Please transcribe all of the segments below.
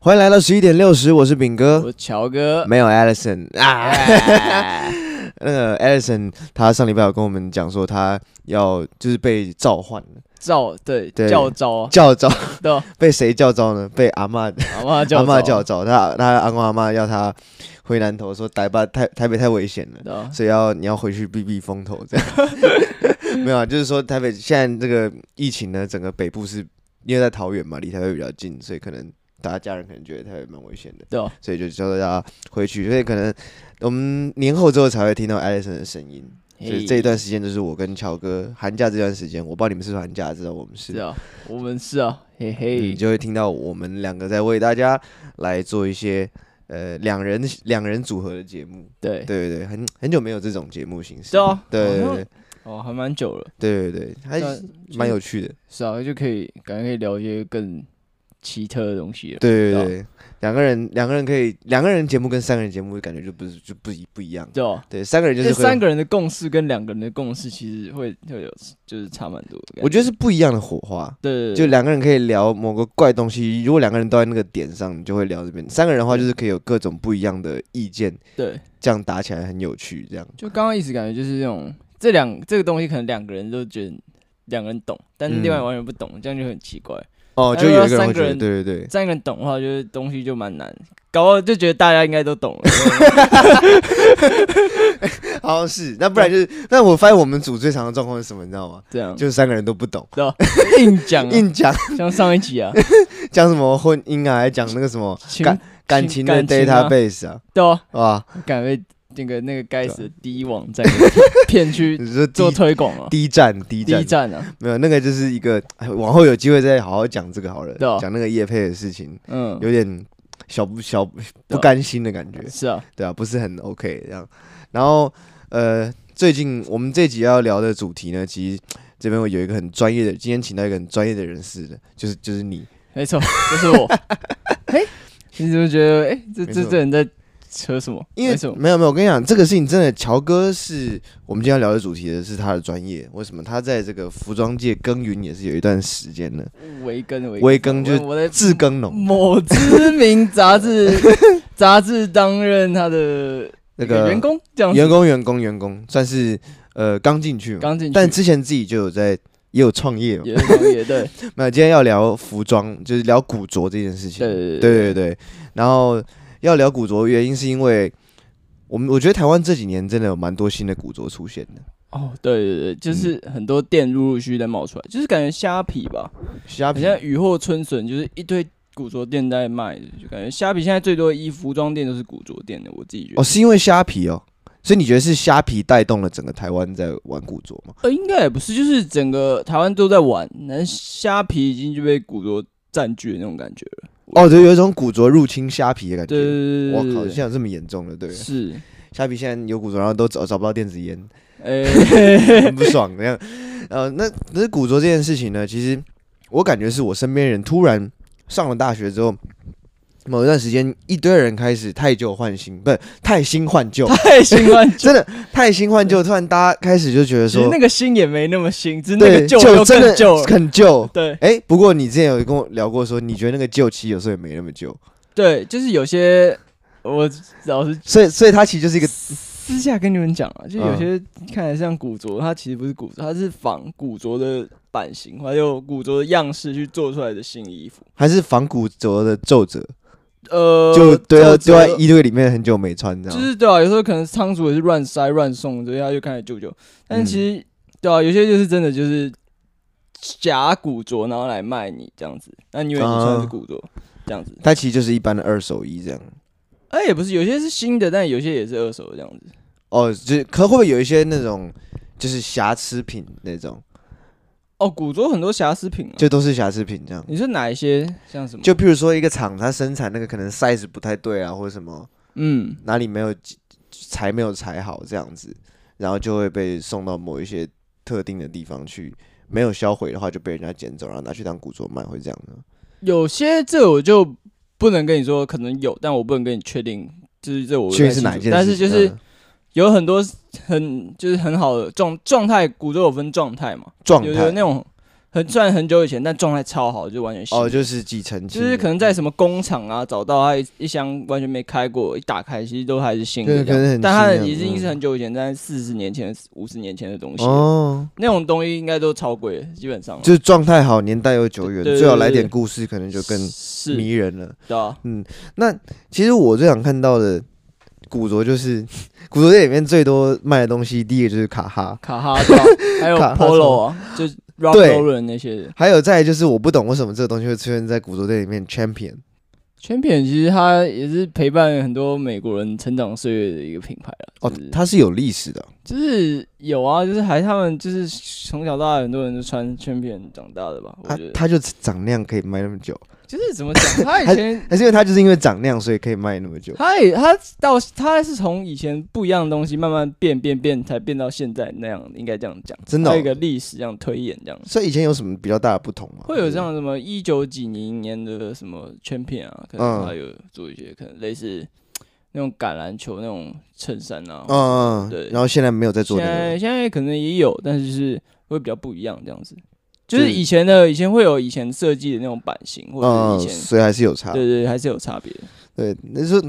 欢迎来到十一点六十，我是炳哥，我乔哥，没有 Alison 啊。 那个 Alison 他上礼拜有跟我们讲说，他要就是被召唤了，赵对对叫招，叫招，对吧， 被谁叫招呢？被阿嬷阿妈阿叫嬷招啊叫，招，他他阿公阿嬷要他回南投，说台北太台北太危险了。对吧？所以要你要回去避避风头，这样 没有啊？就是说台北现在这个疫情呢，整个北部是因为在桃园嘛，离台北比较近，所以可能大家家人可能觉得台北蛮危险的，对吧？所以就叫大家回去。所以可能我们年后之后才会听到 Alison 的声音。所以嘿这一段时间就是我跟乔哥寒假这段时间，我不知道你们是不是寒假，知道我们是是，啊，我们是啊，嘿你嘿，就会听到我们两个在为大家来做一些呃两人两人组合的节目。对，对对对，很很久没有这种节目形式。哎对啊对对好对像。哦，还蛮久了，对对对，还对啊蛮有趣的。是啊，就可以感觉可以聊一些更奇特的东西了，对对啊对对，两个人两个人可以，两个人节目跟三个人节目感觉就不是就不一不一样。对吧？对，三个人就因是为会哎三，个人的共识跟两个人的共识其实会会有就是差蛮多的感，我觉得是不一样的火花。对对就对两个人可以聊某个怪东西，如果两个人都在那个点上，你就会聊这边。三个人的话，就是可以有各种不一样的意见，对，这样打起来很有趣。这样，就刚刚一直感觉就是那种这两这个东西可能两个人都觉得两个人懂，但是另外嗯完全不懂，这样就很奇怪。哦，那就如有果一个人三会个觉得，人对对对，三个人懂的话，就是东西就蛮难，搞不好就觉得大家应该都懂了。好像是。那不然就是，那我发现我们组最常的状况是什么，你知道吗？这样就就是三个人都不懂，硬讲啊、硬讲 像上一集啊，讲什么婚姻啊，还讲那个什么情感感情情的感情啊 database 啊，对啊，哇，感觉那个那个该死的第一网站 骗去你说做低推广啊，低站低第一站站啊，没有那个就是一个，哎往后有机会再好好讲这个好了对啊，讲那个叶配的事情，嗯，有点小不小对不啊甘心的感觉，是啊，对啊，不是很 OK 这样。然后呃，最近我们这集要聊的主题呢，其实这边我有一个很专业的，今天请到一个很专业的人士的，就是就是你，没错，就是我。哎、你怎么觉得？哎、这没这错这人在扯什么？因为什么？没有没有，我跟你讲，这个事情真的，乔哥是我们今天要聊的主题的是他的专业，为什么他在这个服装界耕耘也是有一段时间的，维根的维微耕就是我我在自耕农。某知名杂志杂志担任他的那一员个工，这样子员工员工员工，算是呃刚进去嘛，刚进去，但之前自己就有在也有创业嘛。也是也对，那今天要聊服装，就是聊古着这件事情。对对对对对然后要聊古着，原因是因为我们我觉得台湾这几年真的有蛮多新的古着出现的，哦，对对对，就是嗯很多店陆陆续续在冒出来，就是感觉虾皮吧，虾好皮像雨后春笋，就是一堆古着店在卖，就感觉虾皮现在最多的衣服装店都是古着店的，我自己觉得哦，，是因为虾皮哦，所以你觉得是虾皮带动了整个台湾在玩古着吗？呃，应该也不是，就是整个台湾都在玩，那虾皮已经就被古着占据的那种感觉了，哦，就有一种古着入侵虾皮的感对觉。对对我对对，靠，现在在有这么严重了，对不对？ 是，虾皮现在有古着，然后都找找不到电子烟，哎，很 不爽那样。呃，那那是古着这件事情呢，其实我感觉是我身边人突然上了大学之后，某一段时间一堆人开始太旧换新，不是太新换旧， 太新换旧，真的太新换旧，突然大家开始就觉得其实说那，个新也没那么新，只是那对，个旧又真更旧的了，很旧。对哎、不过你之前有跟我聊过说你觉得那个旧期有时候也没那么旧，对，就是有些我老实所以所以它其实就是一个私下跟你们讲啊，就有嗯些看起来像古着，它其实不是古着，它是仿古着的版型，还有古着的样式去做出来的新衣服。还是仿古着的皱褶，呃，就啊丢在皱丢在褶衣柜里面很久没穿这样。就是对啊，有时候可能仓鼠也是乱塞乱送，所以它就看起来旧旧。但是其嗯实、对啊，有些就是真的就是假古着，然后来卖你这样子，那你以为你穿的是啊古着、这样子？它其实就是一般的二手衣这样。哎、也不是，有些是新的，但有些也是二手的这样子。哦，就是可会不会有一些那种就是瑕疵品那嗯种，哦，古着很多瑕疵品啊，就都是瑕疵品这样。你说哪一些像什么？就譬如说一个厂它生产那个可能 size 不太对啊，或者什么嗯，哪里没有裁没有裁好这样子，然后就会被送到某一些特定的地方去。没有销毁的话，就被人家捡走，然后拿去当古着卖，会这样的。有些这我就不能跟你说，可能有，但我不能跟你确定，就是这我不太确定是清哪楚一件事情？但是就是嗯有很多很就是很好的状状态，古着有分状态嘛，状有有态那种很虽然很久以前，但状态超好，就完全新哦，就是几层，就是可能在什么工厂啊找到它一一箱完全没开过，一打开其实都还是新的对这样，可能很但它新啊已经是很久以前，但四十年前、五十年前的东西了，哦，那种东西应该都超贵了，基本上了就是状态好，年代又久远，对对最好对来对点故事，可能就更是迷人了。的、啊，那其实我最想看到的古着就是 古着店里面最多卖的东西，第一个就是卡哈，卡哈 照，还有卡哈照 Polo 啊，就是 r o b 对 r o l a n 那些的。还有再来就是我不懂为什么这个东西会出现在古着店里面，Champion。圈片其实它也是陪伴很多美国人成长岁月的一个品牌啊。哦就是，它是有历史的哦，就是有啊，就是还他们就是从小到大很多人都穿圈片长大的吧，我它觉得。它就长那样可以卖那么久，就是怎么讲， 他以前。还是因为它就是因为长那样所以可以卖那 么久？他也他到他是从以前不一样的东西慢慢变变变，才变到现在那样，应该这样讲。真的哦还有一个历史这样推演这样。所以以前有什么比较大的不同吗？会有这样什么一九几零年的什么圈片啊，嗯可能他有做一些可能类似那种橄榄球那种衬衫啊，嗯，嗯，嗯对然后现在没有在做现那个在了，现在可能也有，但是就是会比较不一样这样子。就是就是以前的以前会有以前设计的那种版型，或者嗯，是以前、所以还是有差。对对对还是有差别的。对，那就是，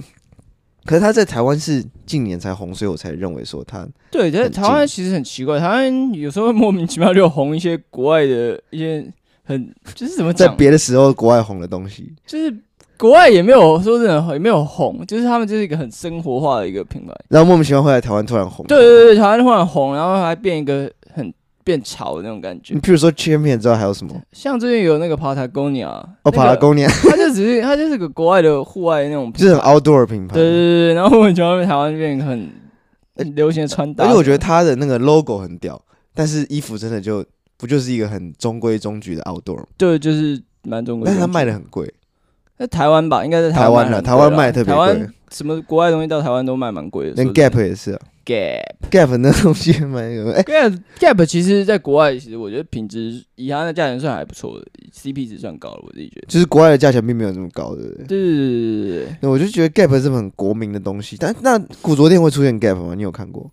可是他在台湾是近年才红，所以我才认为说他对，但很台湾其实很奇怪，台湾有时候会莫名其妙就红一些国外的一些很就是怎么在讲，别的时候国外红的东西。就是国外也没有说真的也没有红，就是他们就是一个很生活化的一个品牌。然后莫名其妙会来台湾突然红。对对对，台湾忽然红，然后还变一个很变潮的那种感觉你。譬如说 Champion 之后还有什么？像最近有那个 Patagonia，哦，那帕拉个贡尼亚它就只是它就是个国外的户外那种品牌， 就是很 outdoor 品牌。对对对对，然后我觉得台湾这边很很流行的穿搭，哎而且我觉得他的那个 logo 很屌，但是衣服真的就不就是一个很中规中矩的 outdoor，对，就是蛮中国。但是他卖的，很贵。在台湾吧，应该在湾台湾啦啊了，台湾卖得特别啊台贵湾什么国外东西到台湾都卖蛮贵的，连说真的 Gap 也是、啊、 Gap ，Gap 那东西也卖那个，哎、 Gap Gap，其实在国外其实我觉得品质以它的价钱算还不错的，CP 值算高了，我自己觉得。就是国外的价钱并没有这么高，对不对？对对对对对对，那我就觉得 Gap 是很国民的东西，但那古着店会出现 Gap 吗？你有看过？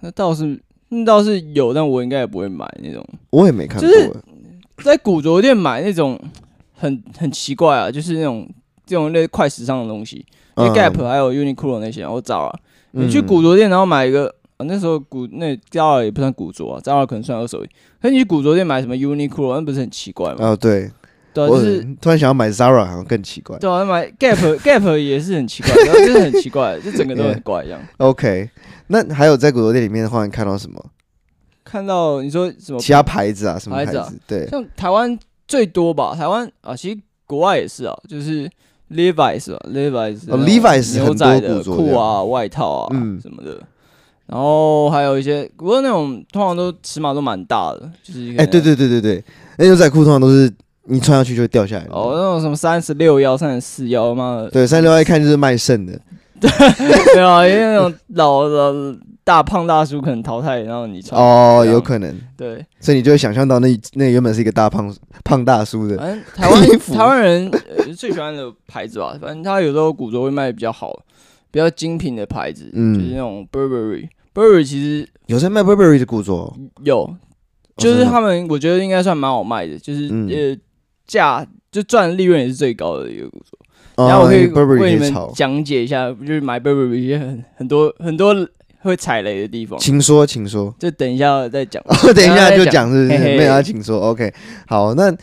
那倒是那倒是有，但我应该也不会买那种。我也没看过。嗯就是在古着店买那种很很奇怪啊，就是那种这种类快时尚的东西，因为嗯 Gap 还有 Uniqlo 那些，我找啊，嗯你去古着店然后买一个，啊、那时候古那 Zara 也不算古着啊，Zara 可能算二手衣，可是你去古着店买什么 Uniqlo 那不是很奇怪吗？哦，对，对啊，就我是。突然想要买 Zara，好像更奇怪。对啊，买 Gap Gap 也是很奇怪，然后就是很奇怪，就整 个都很怪一样。 OK，那还有在古着店里面的话，你看到什么？看到你说什么其他牌子啊，什么牌子？子啊对，像台湾最多吧，台湾啊，其实国外也是啊，就是 Levi's 啊，Levi's 哦那种 Levi's 牛仔很多的古着裤啊、外套啊、嗯什么的，然后还有一些，不过那种通常都尺码都蛮大的，就是哎、对对对对对，那牛仔裤通常都是你穿上去就会掉下来的。哦，那种什么三十六腰、三十四腰，妈的，对， 三六幺一看就是卖肾的，对啊，因为那种老的大胖大叔可能淘汰，然后你穿哦，这样有可能，对，所以你就会想象到那那原本是一个大胖胖大叔的，反正台 衣湾服台湾人、呃、最喜欢的牌子吧，反正他有时候古着会卖的比较好，比较精品的牌子，嗯就是那种 Burberry。Burberry 其实有在卖 Burberry 的古着哦，嗯有，哦就是真的他们我觉得应该算蛮好卖的，就是、嗯呃价就赚的利润也是最高的一个古着。哦然后我可因以为 Burberry 可为你以们炒，讲解一下，就是买 Burberry 一些很很多很多会踩雷的地方，请说，请说。就等一下再讲。哦，等一下就再讲是不是？嘿嘿没有要请说，OK。好，那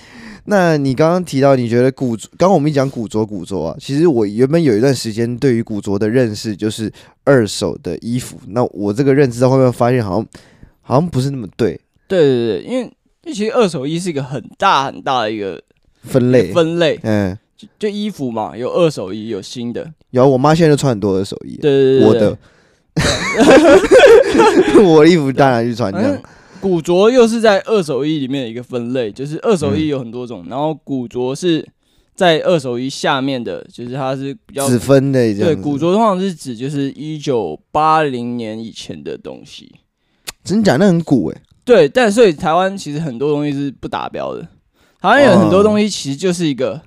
那你刚刚提到，你觉得古着，刚刚我们一讲古着古着啊，其实我原本有一段时间对于古着的认识就是二手的衣服，那我这个认知到后面发现好像好像不是那么对对对对，因为因为其实二手衣是一个很大很大的一个分类，分类，嗯，就就衣服嘛，有二手衣，有新的。有啊我妈现在就穿很多二手衣，对对对对我 的。 我的衣服当然去穿这反样正，古着又是在二手衣里面的一个分类，就是二手衣有很多嗯种，然后古着是在二手衣下面的，就是它是比较只分类这样对子。古着通常是指就是一九八零年以前的东西。真假那很古哎、对，但所以台湾其实很多东西是不达标的，台湾有很多哦东西其实就是一个。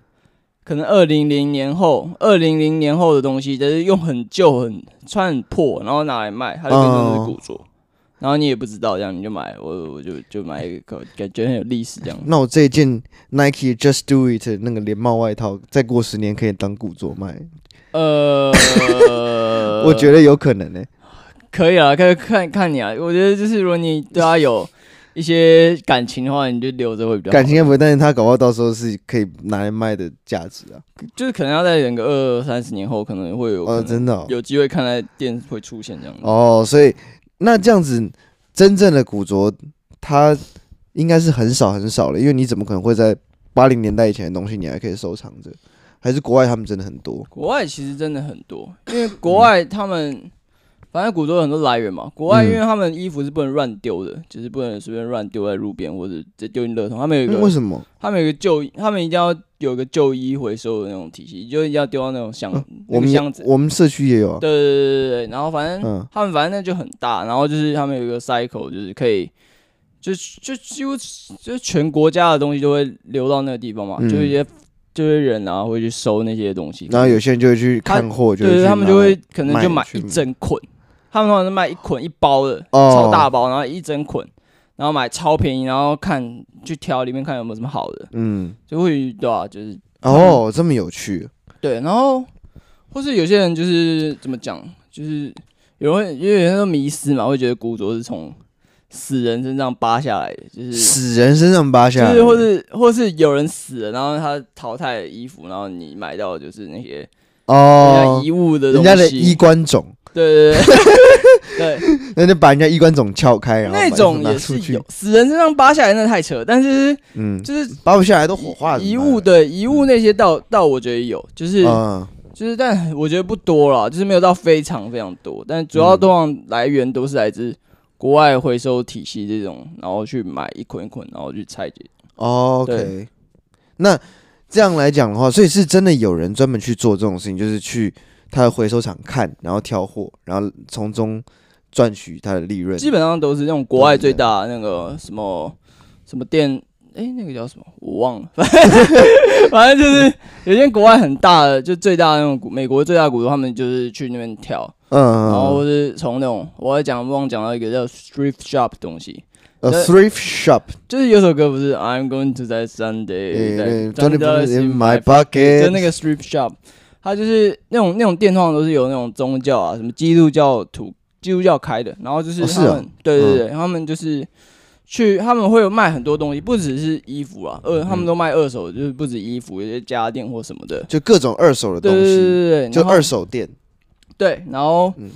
可能二零零年后，二零零年后的东西，但是用很旧、很穿很破，然后拿来卖，它就变成是哦古着。然后你也不知道，这样你就买，我我就就买一个，感觉很有历史 这样。那我这一件 Nike Just Do It 那个连帽外套，再过十年可以当古着卖，，呃我觉得有可能呢、欸可以啊，可以看看你啊。我觉得就是如果你对他有一些感情的话，你就留着会比较好感情也不会，但是它搞不好到时候是可以拿来卖的价值啊。就是可能要再等个二三十年后，可能会有哦，可能真的哦有机会看在店会出现这样。哦，所以那这样子，真正的古着它应该是很少很少了，因为你怎么可能会在八零年代以前的东西你还可以收藏着？还是国外他们真的很多？国外其实真的很多，因为国外 他们反正古着有很多来源嘛。国外因为他们衣服是不能乱丢的，就是不能随便乱丢在路边或者直接丢进垃圾桶。他们有一嗯为个，什么？他们有一个旧，他们一定要有个旧衣回收的那种体系，就一定要丢到那种箱嗯那我个们箱子。我们社区也有啊。对对对对对，然后反正嗯，他们反正那就很大，然后就是他们有一个 cycle，就是可以，就就几乎就全国家的东西都会流到那个地方嘛，嗯就一些就些人啊会去收那些东西，然后有些人就会去他看货，就对对，去他们拿就会可能卖就买去一买整捆，他们通常是卖一捆一包的，哦超大包，然后一整捆，然后买超便宜，然后看去挑里面看有没有什么好的，嗯，就会对啊，就是哦，这么有趣，对，然后或是有些人就是怎么讲，就是有人会因为有人都迷失嘛，会觉得古着是从死人身上扒下来的，就是死人身上扒下就来，是或是或是有人死了，然后他淘汰了衣服，然后你买到的就是那些人哦家，遗物的人东西，家的衣冠冢，对对对对，那就把人家衣冠冢撬开，然哎后把那衣服种拿也出是去有，死人身上扒下来那太扯，但是嗯，就是就是扒不下来都火化了遗怎么办物对遗物那些倒倒我觉得有，就是嗯就是，但我觉得不多啦，就是没有到非常非常多，但主要嗯通常来源都是来自国外回收体系这种，然后去买一捆一捆，然后去拆解。哦，OK，对那这样来讲的话，所以是真的有人专门去做这种事情，就是去他的回收厂看，然后挑货，然后从中赚取他的利润。基本上都是那种国外最大的那个什么什么店，哎、那个叫什么我忘了， 反正反正就是有些国外很大的，就最大的那种股，美国最大的股东，他们就是去那边挑，嗯，然后嗯或是从那种我还讲忘讲到一个叫 thrift shop 的东西，呃呃，thrift shop，就是有首歌不是 I'm going to that Sunday，呃 that ，Johnny Sunday Put is in my 就那 bucket，个 strip shop，它就是那种那种店，通常都是有那种宗教啊，什么基督教徒、基督教开的，然后就是哦他是哦们，对对对，他们就是去，他们会有卖很多东西，不只是衣服啊，嗯二他们都卖二手，就是不止衣服，有些家电或什么的，就各种二手的对东对对西，对对，就然后二手店。对，然后、嗯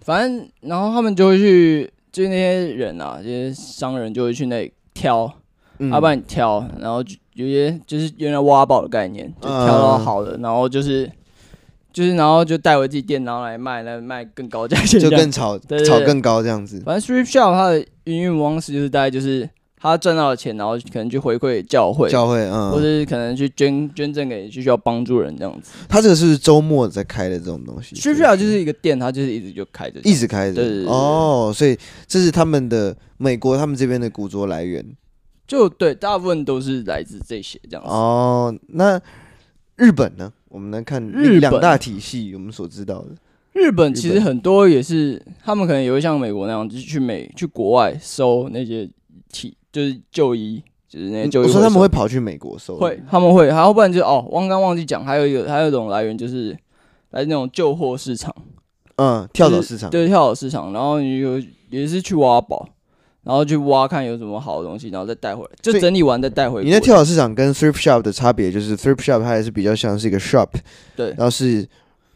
反正然后他们就会去，就是那些人啊，这些商人就会去那里挑，嗯他帮你挑，啊然后就有些就是原来挖宝的概念，就挑到好的，然后就是就是然后就带回自己店，然后来卖，来卖更高价钱就这样。更炒对对炒对更高这样子。反正 strip shop 它的营运方式就是大概就是他赚到的钱，然后可能去回馈教会，教会，或者嗯，是可能去捐捐赠给需要帮助人这样子。他这个是不是周末在开的这种东西 strip shop 就是一个店，它就是一直就开着这一样，直开着对对对对哦，所以这是他们的美国他们这边的古着来源就对，大部分都是来自这些这样子。哦。那日本呢？我们来看日本两大体系，我们所知道的，日本其日实本很多也是，他们可能也会像美国那样，就是去美去国外收那些体，就是旧衣，哎就是那些嗯旧衣我回收。说他们会跑去美国收，会，他们会，还要不然就哦，忘刚忘记讲，还有一个还有一种来源就是来自那种旧货市场，嗯，跳蚤市场，对跳蚤市场，然后你有也是去挖宝，然后去挖看有什么好的东西，然后再带回来，就所以整理完再带回国。你那跳蚤市场跟 thrift shop 的差别就是 thrift shop 它还是比较像是一个 shop，对然后是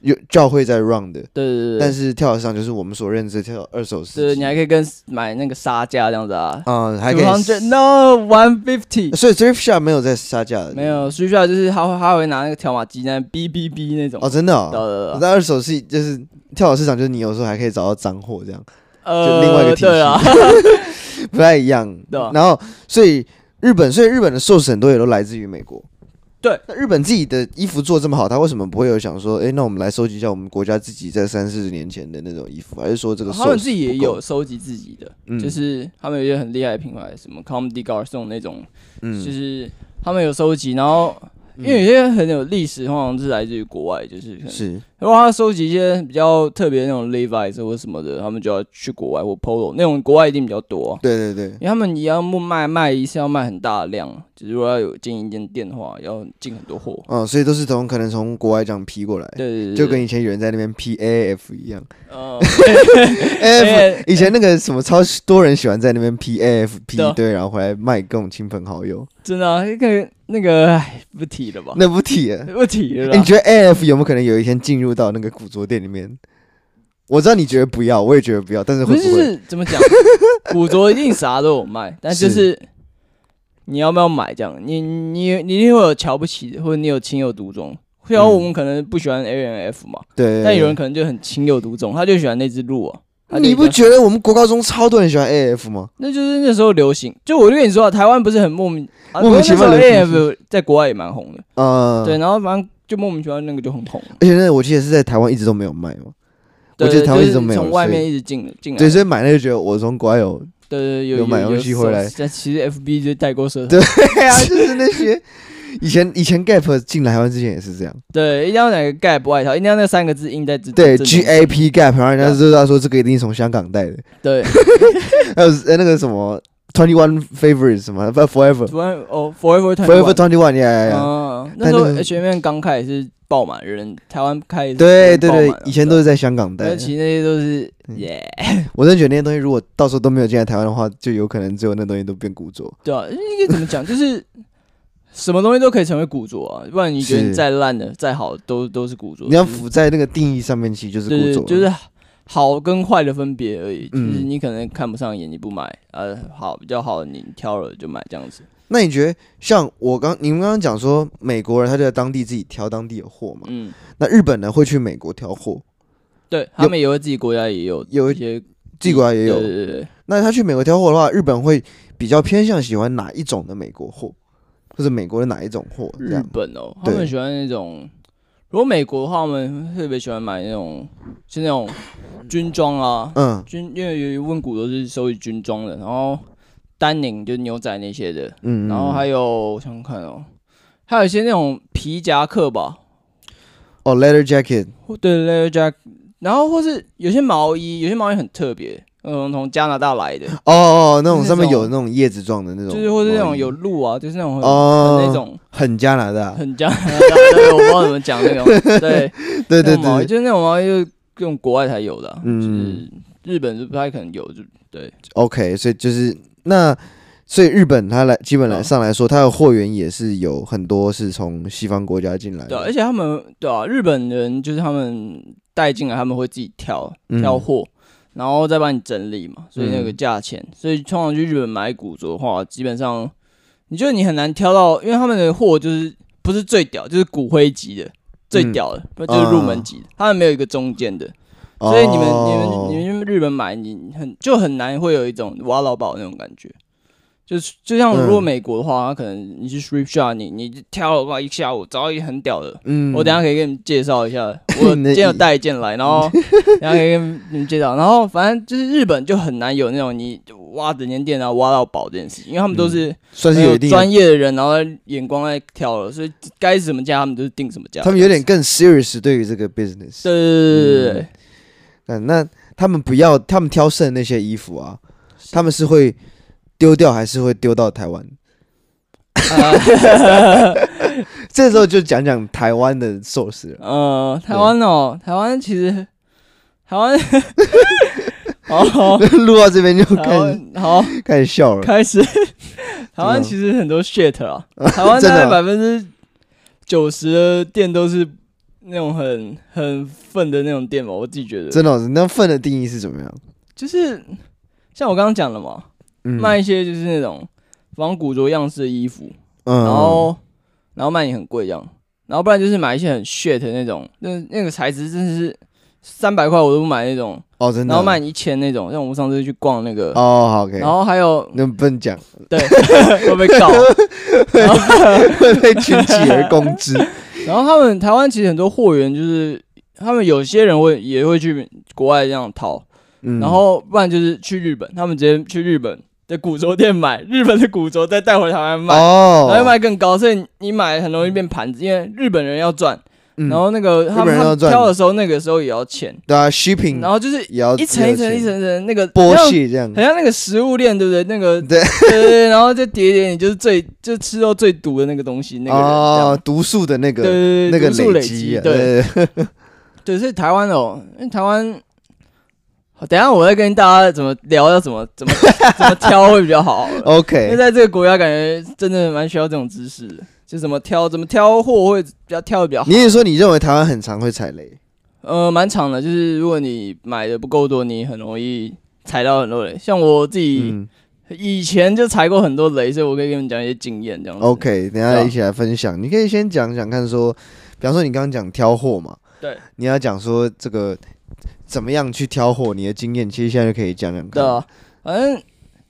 有教会在 run 的，对对对，但是跳蚤市场就是我们所认知的跳蚤二手市对，集你还可以跟买那个杀价这样子啊，嗯，还可 two 以 hundred no one fifty。所以 thrift shop 没有在杀价的，没有，睡觉就是他会他会拿那个条码机在那哔哔哔那种。呃哦，真的、对哦。对对对那二手是就是跳蚤市场，就是你有时候还可以找到脏货，这样呃，另外一个体系对啊， 不太一样。对啊然后，所以日本，所以日本的寿司很多也都来自于美国。对，那日本自己的衣服做这么好，他为什么不会有想说，哎，那我们来收集一下我们国家自己在三四十年前的那种衣服，还是说 这个哦他们 source 自己也不够有，收集自己的，嗯就是他们有一些很厉害的品牌，什么 Comedy Garçon 那种，嗯就是他们有收集，然后因为有些很有历史，通常是来自于国外，就是可能是如果他收集一些比较特别的那种 Levi's 或什么的，他们就要去国外或 Polo 那种国外一定比较多啊、对对对，因为他们一样卖卖一次要卖很大的量，就是如果要有经营一间店的话，要进很多货。嗯，所以都是从可能从国外这样批过来，对对对，哎就跟以前有人在那边 P A F 一 样呃，哎，F 以前那个什么超多人喜欢在那边 P A F 批对啊一堆，然后回来卖给我们亲朋好友，真的、啊、那个那个，唉不提了吧，那不提了。不提了 欸你啦。觉得 A F 有没有可能有一天进入到那个古着店里面？我知道你觉得不要，我也觉得不要，但是不会是不就会？是 怎么讲，古着一定啥都有卖，但就是你要不要买这样，你你你一定会有瞧不起的，或者你有情有独钟。虽然我们可能不喜欢 A N F 嘛，嗯对，但有人可能就很情有独钟，他就喜欢那只鹿啊。他就你不一定要觉得我们国高中超多人喜欢 A F 吗？那就是那时候流行，就我就跟你说、啊，台湾不是很莫名，啊、莫名其妙流行 A F 在国外也蛮红的，啊、对，，然后反正就莫名其妙那个就很红，而且那我记得是在台湾一直都没有卖嘛，我对记得对台湾一直就是都没有从外所以面一直进进来，对，对所以买那就觉得我从国外有，对有有买东西回来但其实 F B 就是代购社团，对啊，就是那些以前以前 Gap 进来台湾之前也是这 样，对，一定要哪个 gap 外套，一定要那三个字印在字对正中，G 间 A P Gap，然后人家就知道说这个一定是从香港带的，对，还有呃那个什么 Twenty One Favorites 什么不 Forever 突然哦 forever Forever Twenty twenty One，呀呀呀。嗯，那但时候那个 H M 刚开也是爆满人，台湾开也是对对爆满对啊，以前都是在香港对带但。其实那些都是耶，我真的觉得那些东西，如果到时候都没有进来台湾的话，就有可能只有那东西都变古着。对啊，应该怎么讲，就是什么东西都可以成为古着啊，不然你觉得你是再烂的、再好的都都是古着。你要浮在那个定义上面，其实就是对古对，着。对就是好跟坏的分别而已。就是嗯你可能看不上眼，你不买，呃，好比较好的你挑了就买这样子。那你觉得，像我刚你们刚刚讲说，美国人他就在当地自己挑当地的货嘛？嗯，那日本人会去美国挑货，对他们也会自己国家也有有一些自己国啊家也对有。对对对，那他去美国挑货的话，日本会比较偏向喜欢哪一种的美国货，或者美国的哪一种货这日样？本哦，他对们喜欢那种。如果美国的话，他们特别喜欢买那种，是那种军装啊，嗯军因为有一问古都是收集军装的，然后丹宁就是牛仔那些的，嗯，然后还有我想想看哦，还有一些那种皮夹克吧，哦，leather jacket，或对对对 jack，然后或是有些毛衣，有些毛衣很特别，嗯，从加拿大来的，哦哦，那种那上面种有那种叶子状的那种毛就衣，是或是那种有鹿啊，就是那种很、哦很那种很加拿大，很 加拿大的，我不知道怎么讲那种，对，对对那种毛衣对，就是那种毛衣，就是这种国外才有的啊、嗯就是日本是不太可能有，就对， OK，所以就是那，所以日本它来基本来嗯上来说，它的货源也是有很多是从西方国家进来对啊、的。而且他们对啊，日本人就是他们带进来，他们会自己挑嗯挑货，然后再帮你整理嘛，所以那个嗯价钱，所以通常去日本买古着的话，基本上你觉得你很难挑到，因为他们的货就是不是最屌，就是骨灰级的。最嗯啊哦屌的，不就是入门级的，他们没有一个中间的，所以你们、你们、你们去日本买，你很就很难会有一种挖老宝那种感觉。就是就像如果嗯美国的话，他可能你去 strip shop，你你挑的话一下午找到一个很屌的，嗯我等一下可以给你们介绍 一下，我今天有带一件来，然后等一下可以给你们介绍。然后反正就是日本就很难有那种你挖整间店然后啊挖到宝这件事情，因为他们都是算嗯是很有有一定的，专业的人，然后眼光在挑了，所以该是什么价他们就是定什么价。他们有点更 serious 对于这个 business。对对对对对嗯嗯，那他们不要他们挑剩的那些衣服啊，他们是会丢掉还是会丢到台 湾？嗯啊这时候就讲讲台湾的寿司了。呃 呃，台湾哦，台湾其实台湾 好录到这边就哦开始台湾好。开始笑 了。开始，台真的湾其实很多 shit 啊，台啊湾大真的概啊百分之九十的店都是那种很很愤的那种店吧，我自己觉得，真的，哦那份的定义是怎么样？就是像我刚刚讲的嘛，嗯卖一些就是那种仿古着样式的衣服，嗯，然后然后卖你很贵这样，然后不然就是买一些很 shit 的那种，那那个材质真的是三百块我都不买那种，哦，真的，然后卖你一千那种，像我们上次去逛那个，哦，好，OK，然后还有那不能讲， 对会被告。会被群起而攻 之。然后他们台湾其实很多货源就是，他们有些人会也会去国外这样淘，嗯然后不然就是去日本，他们直接去日本在古着店买日本的古着，再带回台湾卖，哦，然后卖更高，所以你买很容易变盘子，因为日本人要赚，嗯然后那个他日本人们他要们赚挑的时候，那个时候也要钱，对啊，shipping 然后就是也要一层一层也要一钱层一层那个剥削这样，很像那个食物链，对不对？那个对对对对，然后再叠一叠，你就是最就吃到最毒的那个东西，那个人这样哦，毒素的那个对对对，那个毒素累积啊，对对，对对，所以台湾哦，因为台湾，好等一下我再跟大家怎么聊，要怎么怎么怎么挑会比 较好。 因为，OK，在这个国家，感觉真的蛮需要这种知识的，就怎么挑怎么挑货会比较挑的比较 好你。也说你认为台湾很常会踩雷，呃，蛮长的，就是如果你买的不够多，你很容易踩到很多雷。像我自己。嗯以前就踩过很多雷，所以我可以跟你们讲一些经验这样子。 ，OK，等一对下啊一起来分享，你可以先讲讲看说，比方说你刚刚讲挑货嘛，对，你要讲说这个怎么样去挑货，你的经验，其实现在就可以讲讲对看啊，，反正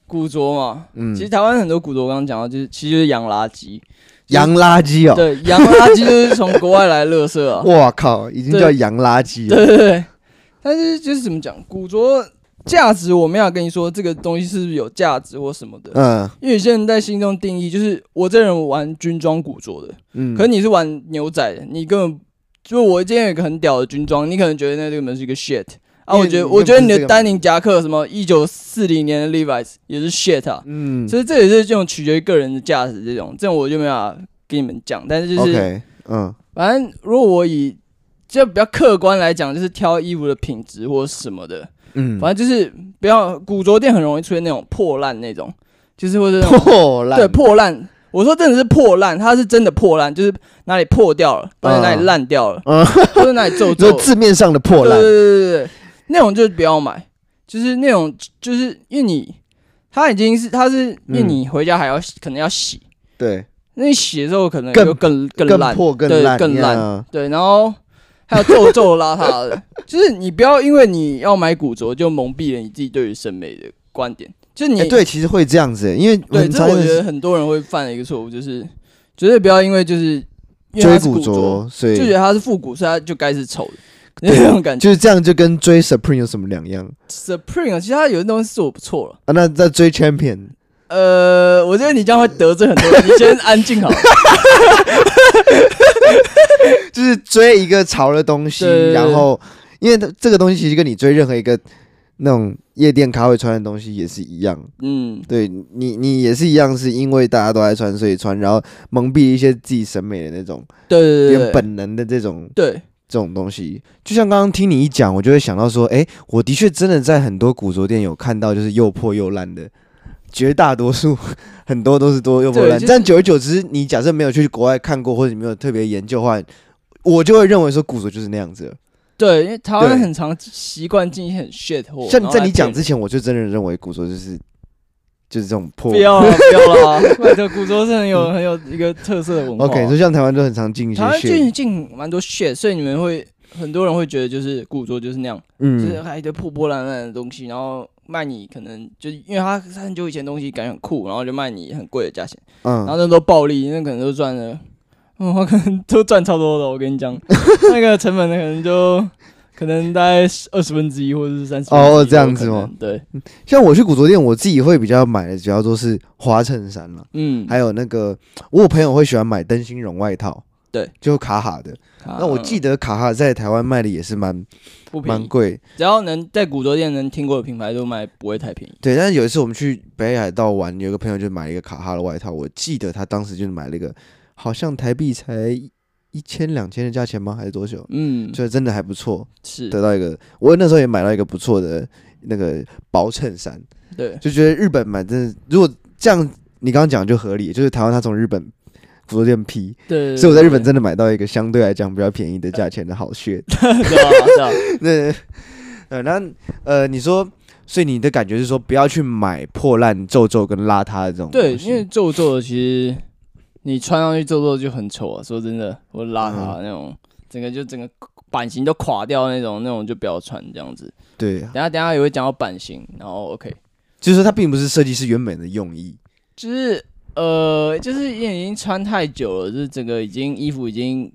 古着嘛，嗯其实台湾很多古着，我刚刚讲到，就是其实就是洋垃圾，洋垃圾哦，对，洋垃圾就是从国外来的垃圾 啊，哇靠，已经对叫洋垃圾对了，对对。但是就是怎么讲，古着价值我没有跟你说这个东西是不是有价值或什么的，嗯因为有些人在心中定义就是我这人玩军装古着的，嗯，可是你是玩牛仔的，你根本就我今天有一个很屌的军装，你可能觉得那这个门是一个 shit 啊，因为我觉得你我觉得你你根本不是这的个丹宁夹克什么一九四零年的 Levi's 也是 shit 啊，嗯所以这也是这种取决于个人的价值这种，这种我就没办法跟你们讲，但是就是，OK，嗯反正如果我以就比较客观来讲，就是挑衣服的品质或什么的，嗯，反正就是不要古着店很容易出现那种破烂那种，就是或者那种破烂，对，破烂。我说真的是破烂，它是真的破烂，就是哪里破掉了，或者哪里烂掉了，嗯或者哪里皱皱 就了。字面上的破对对烂，对对对，那种就不要买，就是那种就是因为你，它已经是它是因为嗯你回家还要洗可能要洗，对，那你洗的时候可能更又更更更烂，破更对烂，更烂呀对，然后还有皱皱邋遢的， 就是你不要因为你要买古着就蒙蔽了你自己对于审美的观点，就是你、哎，对，其嗯实会这样子，因为对，很这常我有觉得很多人会犯的一个错误，就是绝对不要因为就是因为它追是古古着，所就觉以得它是复古，所以它就该是丑的。对那种感觉就是这样，就跟追 Supreme 有什么两样，Supreme 啊其实它有些东西做得不错了。啊？那在追 Champion，呃，我觉得你这样会得罪很多 人，你先安静好了。就是追一个潮的东西对对，对然后因为它这个东西其实跟你追任何一个那种夜店咖会穿的东西也是一样，嗯，对你你也是一样，是因为大家都爱穿所以穿，然后蒙蔽一些自己审美的那种对对对原对，本能的这种对这种东西，就像刚刚听你一讲，我就会想到说，哎、我的确真的在很多古着店有看到，就是又破又烂的，绝大多数很多都是多又破烂。对就是但久而久之，你假设没有去国外看过，或者你没有特别研究的话，我就会认为说古着就是那样子了。对，因为台对湾很常习惯进行很 shit 货。然像后在来你讲骗之前，我就真的认为古着就是就是这种破 不。要了，不要了啊！拜托，古着是很有很有一个特色的文化。 OK，所以像台湾都很常进一些台湾 shit，进进蛮多 shit，所以你们会很多人会觉得就是古着就是那样，就是啊哎嗯，还有一堆破破烂烂的东西，然后卖你可能就是因为它它很久以前的东西感觉很酷，然后就卖你很贵的价钱，然后嗯，那都暴利，那可能都赚了，嗯，我可能都赚超多的，我跟 你讲，那个成本呢可能就。可能大概二十分之一或者是三十哦这样子吗？对，像我去古着店，我自己会比较买的，主要都是花衬衫了。嗯，还有那个，我有朋友会喜欢买灯芯绒外套，对，就卡哈的。那我记得得卡哈在台湾卖的也是蛮不便蛮宜，贵，只要能在古着店能听过的品牌都卖，不会太便宜。对。但是有一次我们去北海道玩，有一个朋友就买了一个卡哈的外套，我记得他当时就买了一个，好像台币才一千两千的价钱吗？还是多久？嗯，就真的还不错，是，得到一个。我那时候也买到一个不错的那个薄衬衫，对，就觉得日本买真的，如果这样你刚刚讲就合理，就是台湾他从日本服装店批，对，所以我在日本对真的买到一个相对来讲比较便宜的价钱的好靴。对啊 对啊，对，呃，那呃，你说，所以你的感觉是说，不要去买破烂、皱皱跟邋遢的这种对，东西因为皱皱的其实你穿上去皱皱就很丑啊，说真的，我邋遢啊那种，整个就整个版型都垮掉那种，那种就不要穿这样子。对，等一下等一下也会讲到版型，然后 OK，就是说它并不是设计师原本的用意。就是呃，就是因为已经穿太久了，就是整个已经衣服已经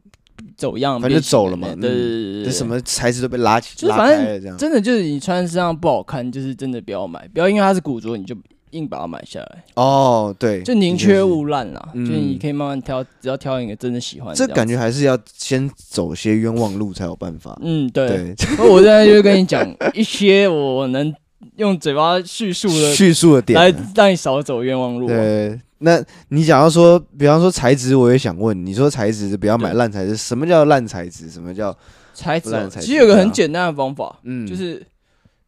走样，反正就走了嘛嗯变形对对对对就对，什么材质都被拉起，就是拉反开正了这样。真的就是你穿身上不好看，就是真的不要买，不要因为它是古着你就硬把它买下来，哦，对，就宁缺毋滥啦，就嗯是你可以慢慢挑，只要挑一个真的喜欢。这样感子觉还是要先走些冤枉路才有办法。嗯，对。对，所以我现在就会跟你讲一些我能用嘴巴叙述 的，叙述的点来啊。让你少走冤枉路啊。对，那你想要说，比方说材质，我也想问，你说材质不要买对烂材质，什么叫烂材质？什么叫材质不然哦材其质实有个对很啊简单的方法，嗯，就是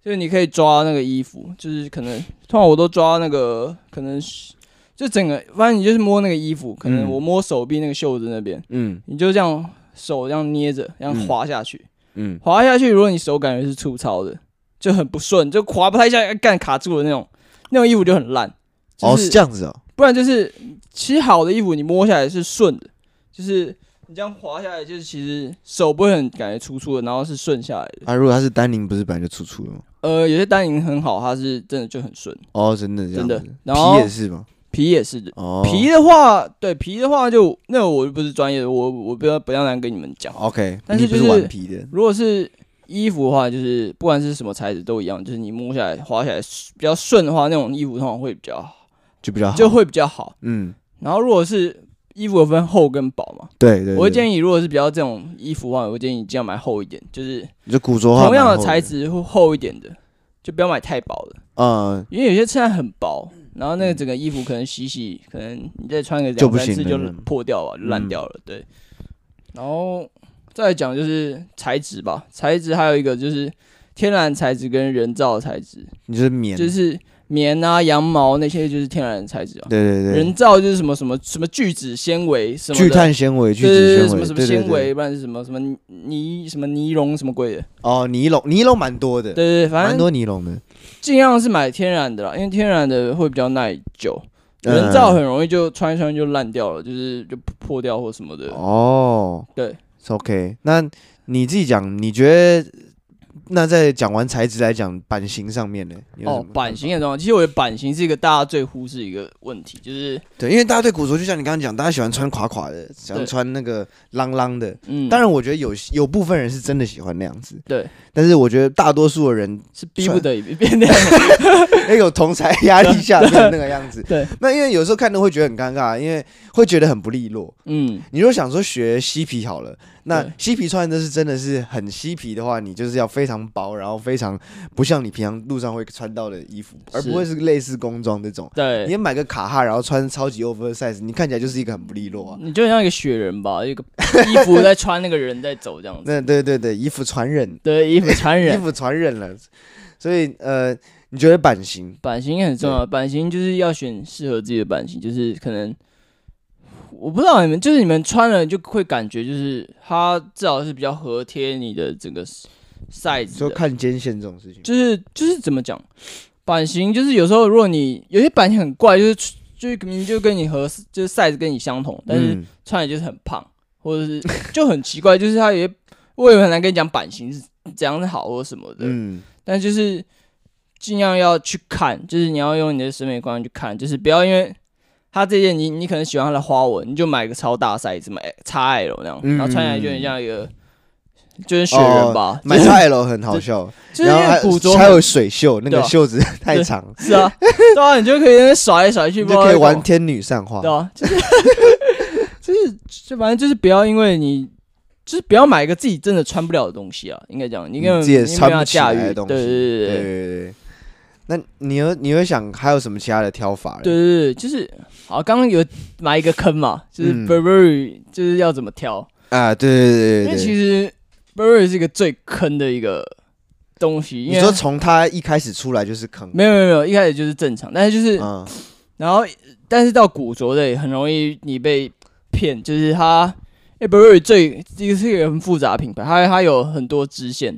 就是你可以抓那个衣服，就是可能通常我都抓那个，可能是就整个，反正你就是摸那个衣服，可能嗯我摸手臂那个袖子那边，嗯你就这样手这样捏着，这样嗯滑下去，嗯，滑下去，如果你手感觉是粗糙的，就很不顺，就滑不太下，干卡住的那种，那种衣服就很烂。就哦，是是这样子哦，不然就是其实好的衣服你摸下来是顺的，就是你这样滑下来，就是其实手不会很感觉粗粗的，然后是顺下来的。啊，如果它是丹宁，不是本来就粗粗的吗？呃，有些单银很好，它是真的就很顺，哦，真的这样真的子。然后皮也是吗？皮也是的。哦，皮的话，对皮的话就那我就不是专业的，我我不要不要难跟你们讲。 OK，但是你不就是是顽皮的，如果是衣服的话，就是不管是什么材质都一样，就是你摸下来滑起来比较顺的话，那种衣服通常会比较好，就比较好，就会比较好。嗯，然后如果是衣服有分厚跟薄嘛，对对对，我会建议议如果是比较这种衣服的话，我会建议你尽量买厚一点，就是就古着画同样蛮的厚材，质会厚一点的，就不要买太薄的。嗯，因为有些衬衫很薄，然后那个整个衣服可能洗洗，可能你再穿个就两不三行次了就嗯破掉了，就烂掉了。对，然后再来讲就是材质吧，材质还有一个就是天然材质跟人造的材质，你就是棉，就是棉啊、羊毛那些就是天然的材质啊。对对对，人造就是什么什么什么聚酯纤维什么的聚碳纤维、聚对对酯对纤什维，么什么对对纤对维，不然是什么什么尼什么尼龙什么鬼的，哦，尼龙，尼龙蛮多的，对对对，反蛮正多尼龙的，尽量是买天然的啦，因为天然的会比较耐久。嗯人造很容易就穿一穿就烂掉了，就是就破掉或什么的。哦，对是，OK。那你自己讲，你觉得那在讲完材质来讲，版型上面呢？你有什哦么，版型很重要。其实我觉得版型是一个大家最忽视一个问题，就是对，因为大家对古着就像你刚刚讲，大家喜欢穿垮垮的，喜欢对穿那个啷啷的。嗯，当然，我觉得有有部分人是真的喜欢那样子，对，但是我觉得大多数的人 是逼不得已变那样。哎，有同才压力下变成那个样子。 对，那因为有时候看的会觉得很尴尬，因为会觉得很不利落。 嗯，你如果想说学嬉皮好了，那对嬉皮穿的是真的是很嬉皮的话，你就是要非常薄，然后非常不像你平常路上会穿到的衣服，而不会是类似工装这种。你对，也买个卡哈，然后穿超级 oversize，你看起来就是一个很不利落啊。你就像一个雪人 吧，一个衣服在穿，那个人在走这样子。那对对对，衣服传染，对，衣服穿衣人，服传染了，所以呃，你觉得版型？版型也很重要。版型就是要选适合自己的版型，就是可能。我不知道你们，就是你们穿了就会感觉，就是它至少是比较合贴你的整个 size 就的看肩线这种事情，就是就是怎么讲，版型就是有时候如果你有些版型很怪，就是就是明明就跟你合适，就是 size 跟你相同，但是嗯穿起来就是很胖，或者是就很奇怪，就是它有些我也很难跟你讲版型是怎样的好或什么的，嗯，但呃就是尽量要去看，就是你要用你的审美观去看，就是不要因为。它这件你你可能喜欢它的花纹，你就买个超大 size，什么 XL 那样，嗯哦然后穿起来就很像一个，就是雪人吧，买就是 XL 很好笑，就是然因后还为古着还很有水袖，那对个啊袖子 太长，是 啊，对啊，你就可以在那边甩来甩去，你不知就道可以在干玩嘛天女散花对。啊，就是就是 就反正就是不要因为你就是不要买一个自己真的穿不了的东西啊，应该讲你根本自己也你没穿办不法起驾来驭的东西对对对对对对对。那你会你会想还有什么其他的挑法嘞？对对，对就是好，刚刚有埋一个坑嘛，就是嗯 Burberry 就是要怎么挑，啊，对对对因为对其对。实 Burberry 是一个最坑的一个东西，因你为说它从他一开始出来就是坑，没有没有没有，一开始就是正常，但是就是嗯，然后，但是到古着的也很容易你被骗，就是它，哎、b u r b e r r y 最这个是一个很复杂的品牌，它它有很多支线，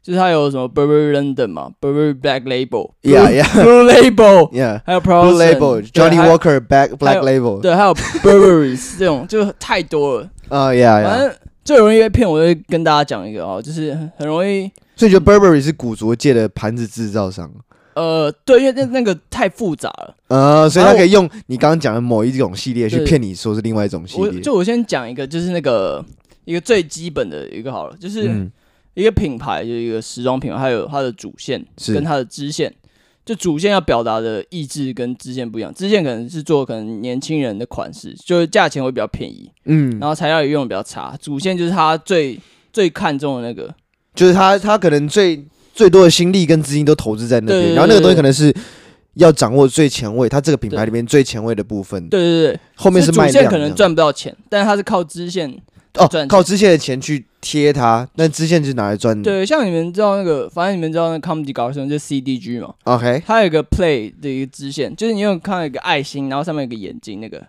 就是它有什么 Burberry London 嘛，Burberry Black Label， Yeah, yeah. Blue Label， ，Yeah。还有 Proud Blue Label、Johnny Walker、Black Black 还有 Label，对，还有 Burberry 这种就太多了，啊，Yeah Yeah。反正最容易被骗，我就跟大家讲一个哦，就是很容易，所以你觉得 Burberry 是古着界的盘子制造商？呃，对，因为那那个太复杂了。呃，所以然他后可以用你刚刚讲的某一种系列去对骗你说是另外一种系我列。就我先讲一个，就是那个一个最基本的一个好了，就是。嗯一个品牌就是一个时装品牌，它有它的主线是跟它的支线。就主线要表达的意志跟支线不一样，支线可能是做可能年轻人的款式，就是价钱会比较便宜，嗯，然后材料也用的比较差。主线就是他最最看重的那个，就是他他可能最最多的心力跟资金都投资在那对边，对然后那个对东西可能是要掌握最前卫，他这个品牌里面最前卫的部分，对对对，后面是主卖线量可能这样赚不到钱，但是他是靠支线。哦，赚靠支线的钱去贴它，那支线就是拿来赚。对，像你们知道那个，反正你们知道那个 comedy 搞笑就是 CDG 嘛， ，OK，它有一个 play 的一个支线，就是你有看到一个爱心，然后上面有个眼睛那个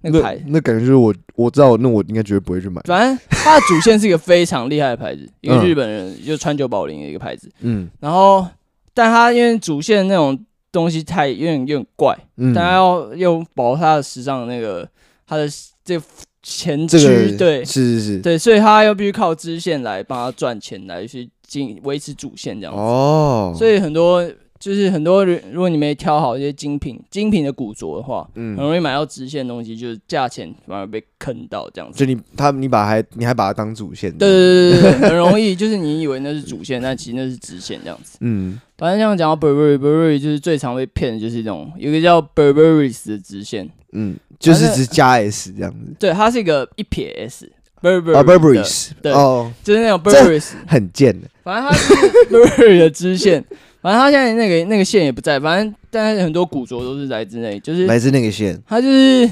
那个牌子，那感觉就是我我知道，那我应该绝对不会去买。反正它的主线是一个非常厉害的牌子，一个嗯日本人就川久保玲的一个牌子。嗯然后，但它因为主线那种东西太有点有点怪，嗯，但它要又保它的时尚的那个它的这个前这驱，个对是是是，对，所以它要必须靠支线来帮它赚钱，来去经维持主线这样子。哦，所以很多就是很多人，如果你没挑好一些精品精品的古着的话，嗯很容易买到直线的东西，就是价钱反而被坑到这样子。就你他你把还你还把它当主线，对，对对对对，很容易就是你以为那是主线，但其实那是直线这样子。嗯反正像讲到 Burberry Burberry 就是最常被骗的就是这种，有一个叫 Burberry's 的直线，嗯，就是反正只加 S 这样子对，它是一个一撇 S。Burberry 啊的，Burberry's 对哦，就是那种这 Burberry's，很贱的，反正它是 Burberry 的支线，反正它现在那个那个线也不在，反正但是很多古着都是来自那里，就是来自那个线，它就是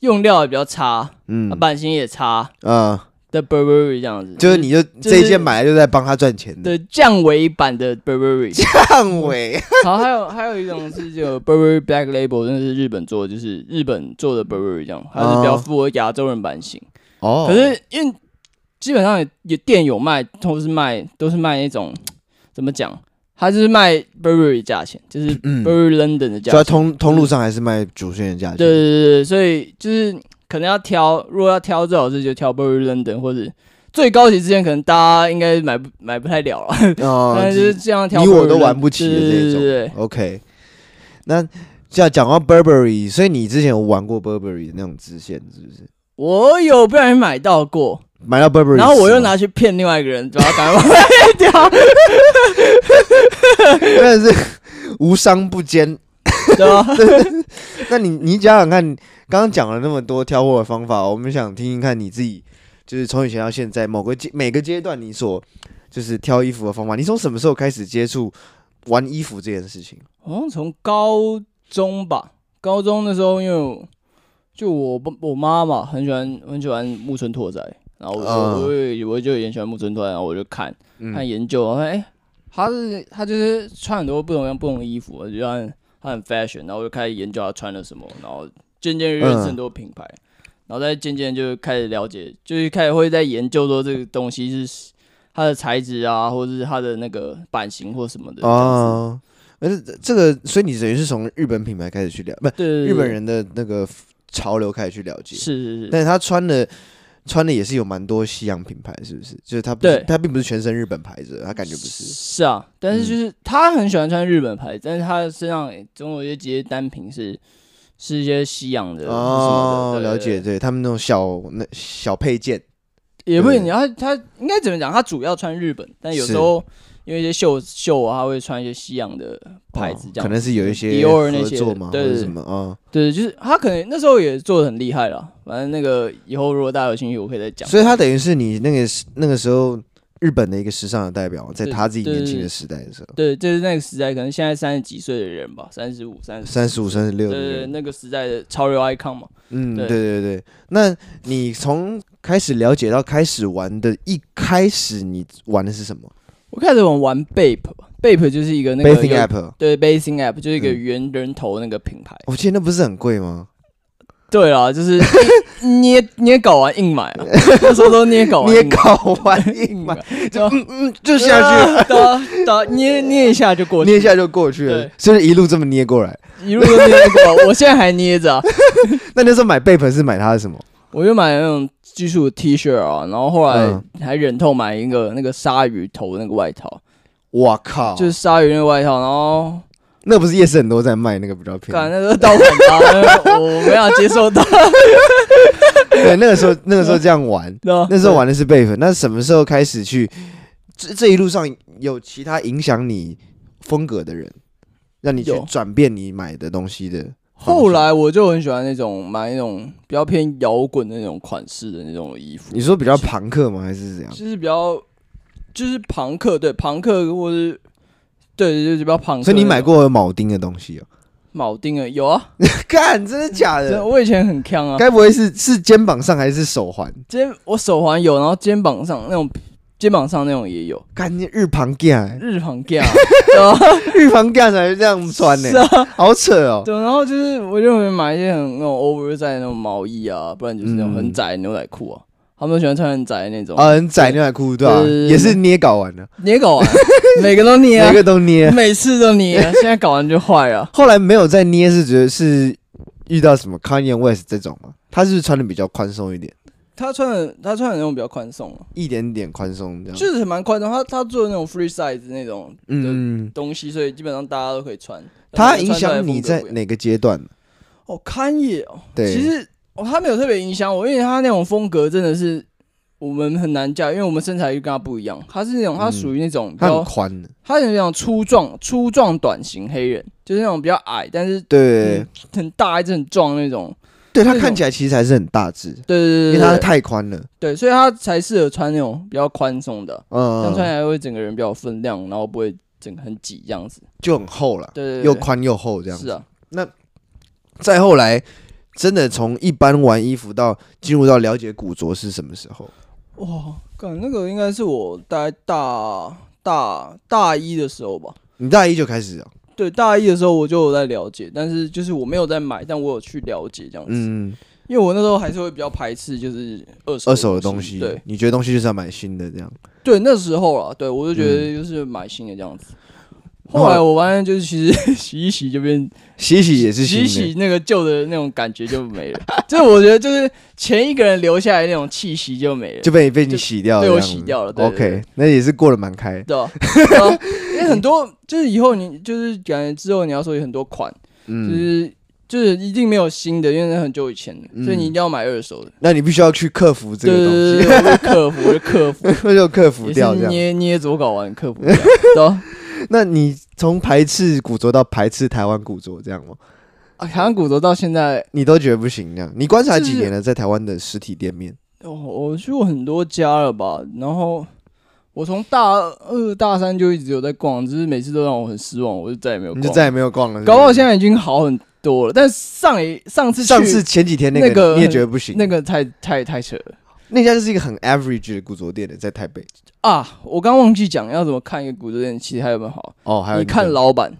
用料也比较差，嗯它版型也差啊，的 Burberry 这样子，就是你就就是这一件买来就在帮他赚钱的，的降维版的 Burberry。范围， 然后还有还有一种是就 Burberry Black Label，那是日本做的，就是日本做的 Burberry 这样，它是比较符合亚洲人版型。啊哦，可是因为基本上也也店有卖，都是卖都是卖那种怎么讲，它就是卖 Burberry 价钱，就是嗯 Burberry London 的价就在钱。通通路上还是卖主线的价钱，对对对对，所以就是可能要挑，如果要挑，最好是就挑 Burberry London 或者最高级之前，可能大家应该买不买不太了了，哦， 但是就是这样挑，你我都玩不起的对这对种对对对 OK，那这样讲到 Burberry，所以你之前有玩过 Burberry 的那种支线是不是？我有不小心买到过，买到 Burberry，然后我又是吗，拿去骗另外一个人，把它赶快卖掉， 真的是无商不奸。对吧？那你你想想看，刚刚讲了那么多挑货的方法，我们想听听看你自己，就是从以前到现在某个阶每个阶段你所就是挑衣服的方法，你从什么时候开始接触玩衣服这件事情？好像从高中吧，高中的时候，因为我就我爸我妈嘛很喜欢很喜欢木村拓哉，然后我就、嗯我也我就也很喜欢木村拓哉，然后我就看。看嗯研究，我发现哎，他是他就是穿很多不同样不同的衣服，我就觉得他很他很 fashion，然后我就开始研究他穿了什么，然后渐渐认识很多品牌，嗯然后再渐渐就开始了解，就是开始会在研究说这个东西是它的材质啊，或者是它的那个版型或什么的。哦，哦，而且这个，所以你等于是从日本品牌开始去了，不对对对，日本人的那个潮流开始去了解。是是是，但是他穿的穿的也是有蛮多西洋品牌，是不是？就是他不是对他并不是全身日本牌子，他感觉不是。嗯是啊，但是就是他很喜欢穿日本牌，但是他身上总有一些几些单品是是一些西洋的什么哦的，，对了对对解，对他们那种小那小配件，也不对行，他他应该怎么讲？他主要穿日本，但有是时候因为一些秀秀啊，他会穿一些西洋的牌子，这哦样、可能是有一些 Dior 那合些作嘛，对或者对什么啊。对，就是他可能那时候也做的很厉害了。反正那个以后如果大家有兴趣，我可以再讲。所以他等于是你那个时那个时候日本的一个时尚的代表，在对他自己对年轻对的时代的时候，对，就是那个时代，可能现在三十几岁的人吧，三十五、三十，三十五、三十对六，对，对那个时代的潮流 icon 嘛。嗯，对对对对。那你从开始了解到开始玩的一开始，你玩的是什么我开始玩玩 Bape，Bape 就是一个那个？Bathing 有 App，对 Basing App 就是一个嗯圆人头那个品牌。我记得那不是很贵吗？对啊，就是捏 捏搞完硬买 啊，那时候都捏搞完你也硬买搞 完硬买，就嗯嗯就下去了，去，对啊对啊，捏捏一下就过去，捏一下就过去了对，就是一路这么捏过来。一路都捏过。我现在还捏着啊、那那时候买贝盆是买它的什么？我就买那种技术 T 恤啊，然后后来嗯还忍痛买一个那个鲨鱼头那个外套，我靠，就是鲨鱼那个外套，然后那不是夜市很多在卖那个比较便感宜。那个盗版 吧，那个我没有接受到， 对，那个时候那个时候这样玩，对 啊那时候玩的是贝盆。那什么时候开始去？这这一路上有其他影响你风格的人？让你去有转变你买的东西的方向。后来我就很喜欢那种买那种比较偏摇滚的那种款式的那种衣服你，说比较朋克吗？还是怎样？就是比较就是朋克，对朋克或是对就是比较朋克。所以你买过铆钉的东西 哦？铆钉啊？有啊，干，真的假真的的？我以前很强啊，该不会是是肩膀上还是手环？肩我手环有，然后肩膀上那种肩膀上那种也有，干你日旁干、日常 gay 啊，对啊日旁干才这样穿呢、是啊好扯哦。对，然后就是我就会买一些很那种 oversize 的那种毛衣啊，不然就是那种嗯很窄的牛仔裤啊。他们都喜欢穿很窄的那种，啊，很窄牛仔裤对吧、对对对也是捏搞完了，捏搞 完，每个都捏啊每，个都捏。每次都捏，啊现在搞完就坏了。后来没有再捏，是觉得是遇到什么 Kanye West 这种吗？他是不是穿的比较宽松一点，他穿的他穿的那种比较宽松啊，一点点宽松这样。就是蛮宽松。他他做的那种 free size 那种嗯，东西，所以基本上大家都可以穿。他影响你在哪个阶段？哦，看也哦，对，其实哦，他没有特别影响我，因为他那种风格真的是我们很难驾驭，因为我们身材就跟他不一样。他是那种他嗯属于那种比他很较宽的，他有那种粗壮、粗壮短型黑人，就是那种比较矮，但是对、嗯很大一只很壮那种。对，他这种看起来其实还是很大只，对因为对对他对对，太宽了。对，所以他才适合穿那种比较宽松的，这样穿起嗯，来会整个人比较有分量，然后不会整个很挤这样子。就很厚了，对对对，又宽又厚这样是子。啊，再后来，真的从一般玩衣服到进入到了解古着是什么时候？哇，干那个应该是我大概大大大一的时候吧。你大一就开始哦，对，大一的时候我就有在了解，但是就是我没有在买，但我有去了解这样子，嗯，因为我那时候还是会比较排斥就是二手二手的东东西，对你觉得东西就是要买新的这样。对，那时候啊，对我就觉嗯得就是买新的这样子。后来我发现，就是其实 洗一洗就变洗一洗也是洗新一的，洗，那个旧的那种感觉就没了。 就是我觉得，就是前一个人留下来那种气息就没了，就被被你洗掉了被这我样子，洗掉了对对 OK，那也是过得蛮开，对吧？对啊因为很多就是以后你就是感觉之后你要说有很多款，就嗯，是就是一定没有新的，因为那很久以前的，所以你一定要买二手的。那你必须要去克服这对个东对对西，对，我就克服，我就克 服，那就克服也掉这是样。捏捏左睾丸克服掉，对吧？那你从排斥古着到排斥台湾古着这样吗？啊台湾骨头到现在你都觉得不行这样？你观察就是几年了，在台湾的实体店面？我我去过很多家了吧，然后我从大二大三就一直有在逛，只是每次都让我很失望，我就再也没有你逛。就再也没有逛了是不是。搞不好现在已经好很多了，但上一上次去上次前几天那个个你也觉得不行，那个太太太扯了那家就是一个很 average 的古着店的，在台北。啊！我刚忘记讲要怎么看一个古着店，其实还有没有好？哦，还有你看个老板，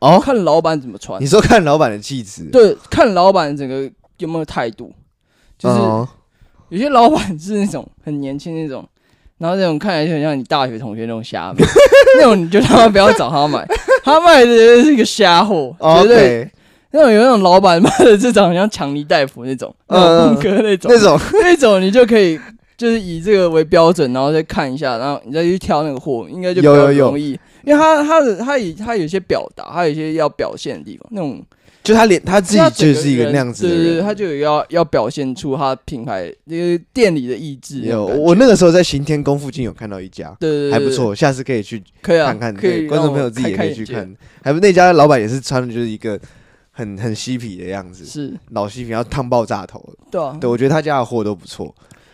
哦，看老板怎么穿你，说看老板的气质，对，看老板整个有没有态度，就是哦有些老板是那种很年轻那种，然后那种看起来就很像你大学同学那种虾妹， 那种你就他妈不要找他买，他卖的绝对是一个虾货，哦绝对。对那种有那种老板卖的这种像强尼戴普那种，那嗯种风格那种，那种 那种你就可以就是以这个为标准，然后再看一下，然后你再去挑那个货，应该就比有较有有容易。因为他他的他以他有些表达，他有些要表现的地方，那种就他连他自己他整就是一个人那样子的对对对，人。他就有要要表现出他品牌那个店里的意志那有种感觉。我那个时候在行天宫附近有看到一家，对对对，还不，错，下次可以去可以啊，看看。可以对，让观众我朋友自己开也可开以眼去界。看。还不那家老板也是穿的就是一个很很嬉皮的样子，是，老嬉皮，然后烫爆炸头。对啊，对，我觉得他家的货都不错。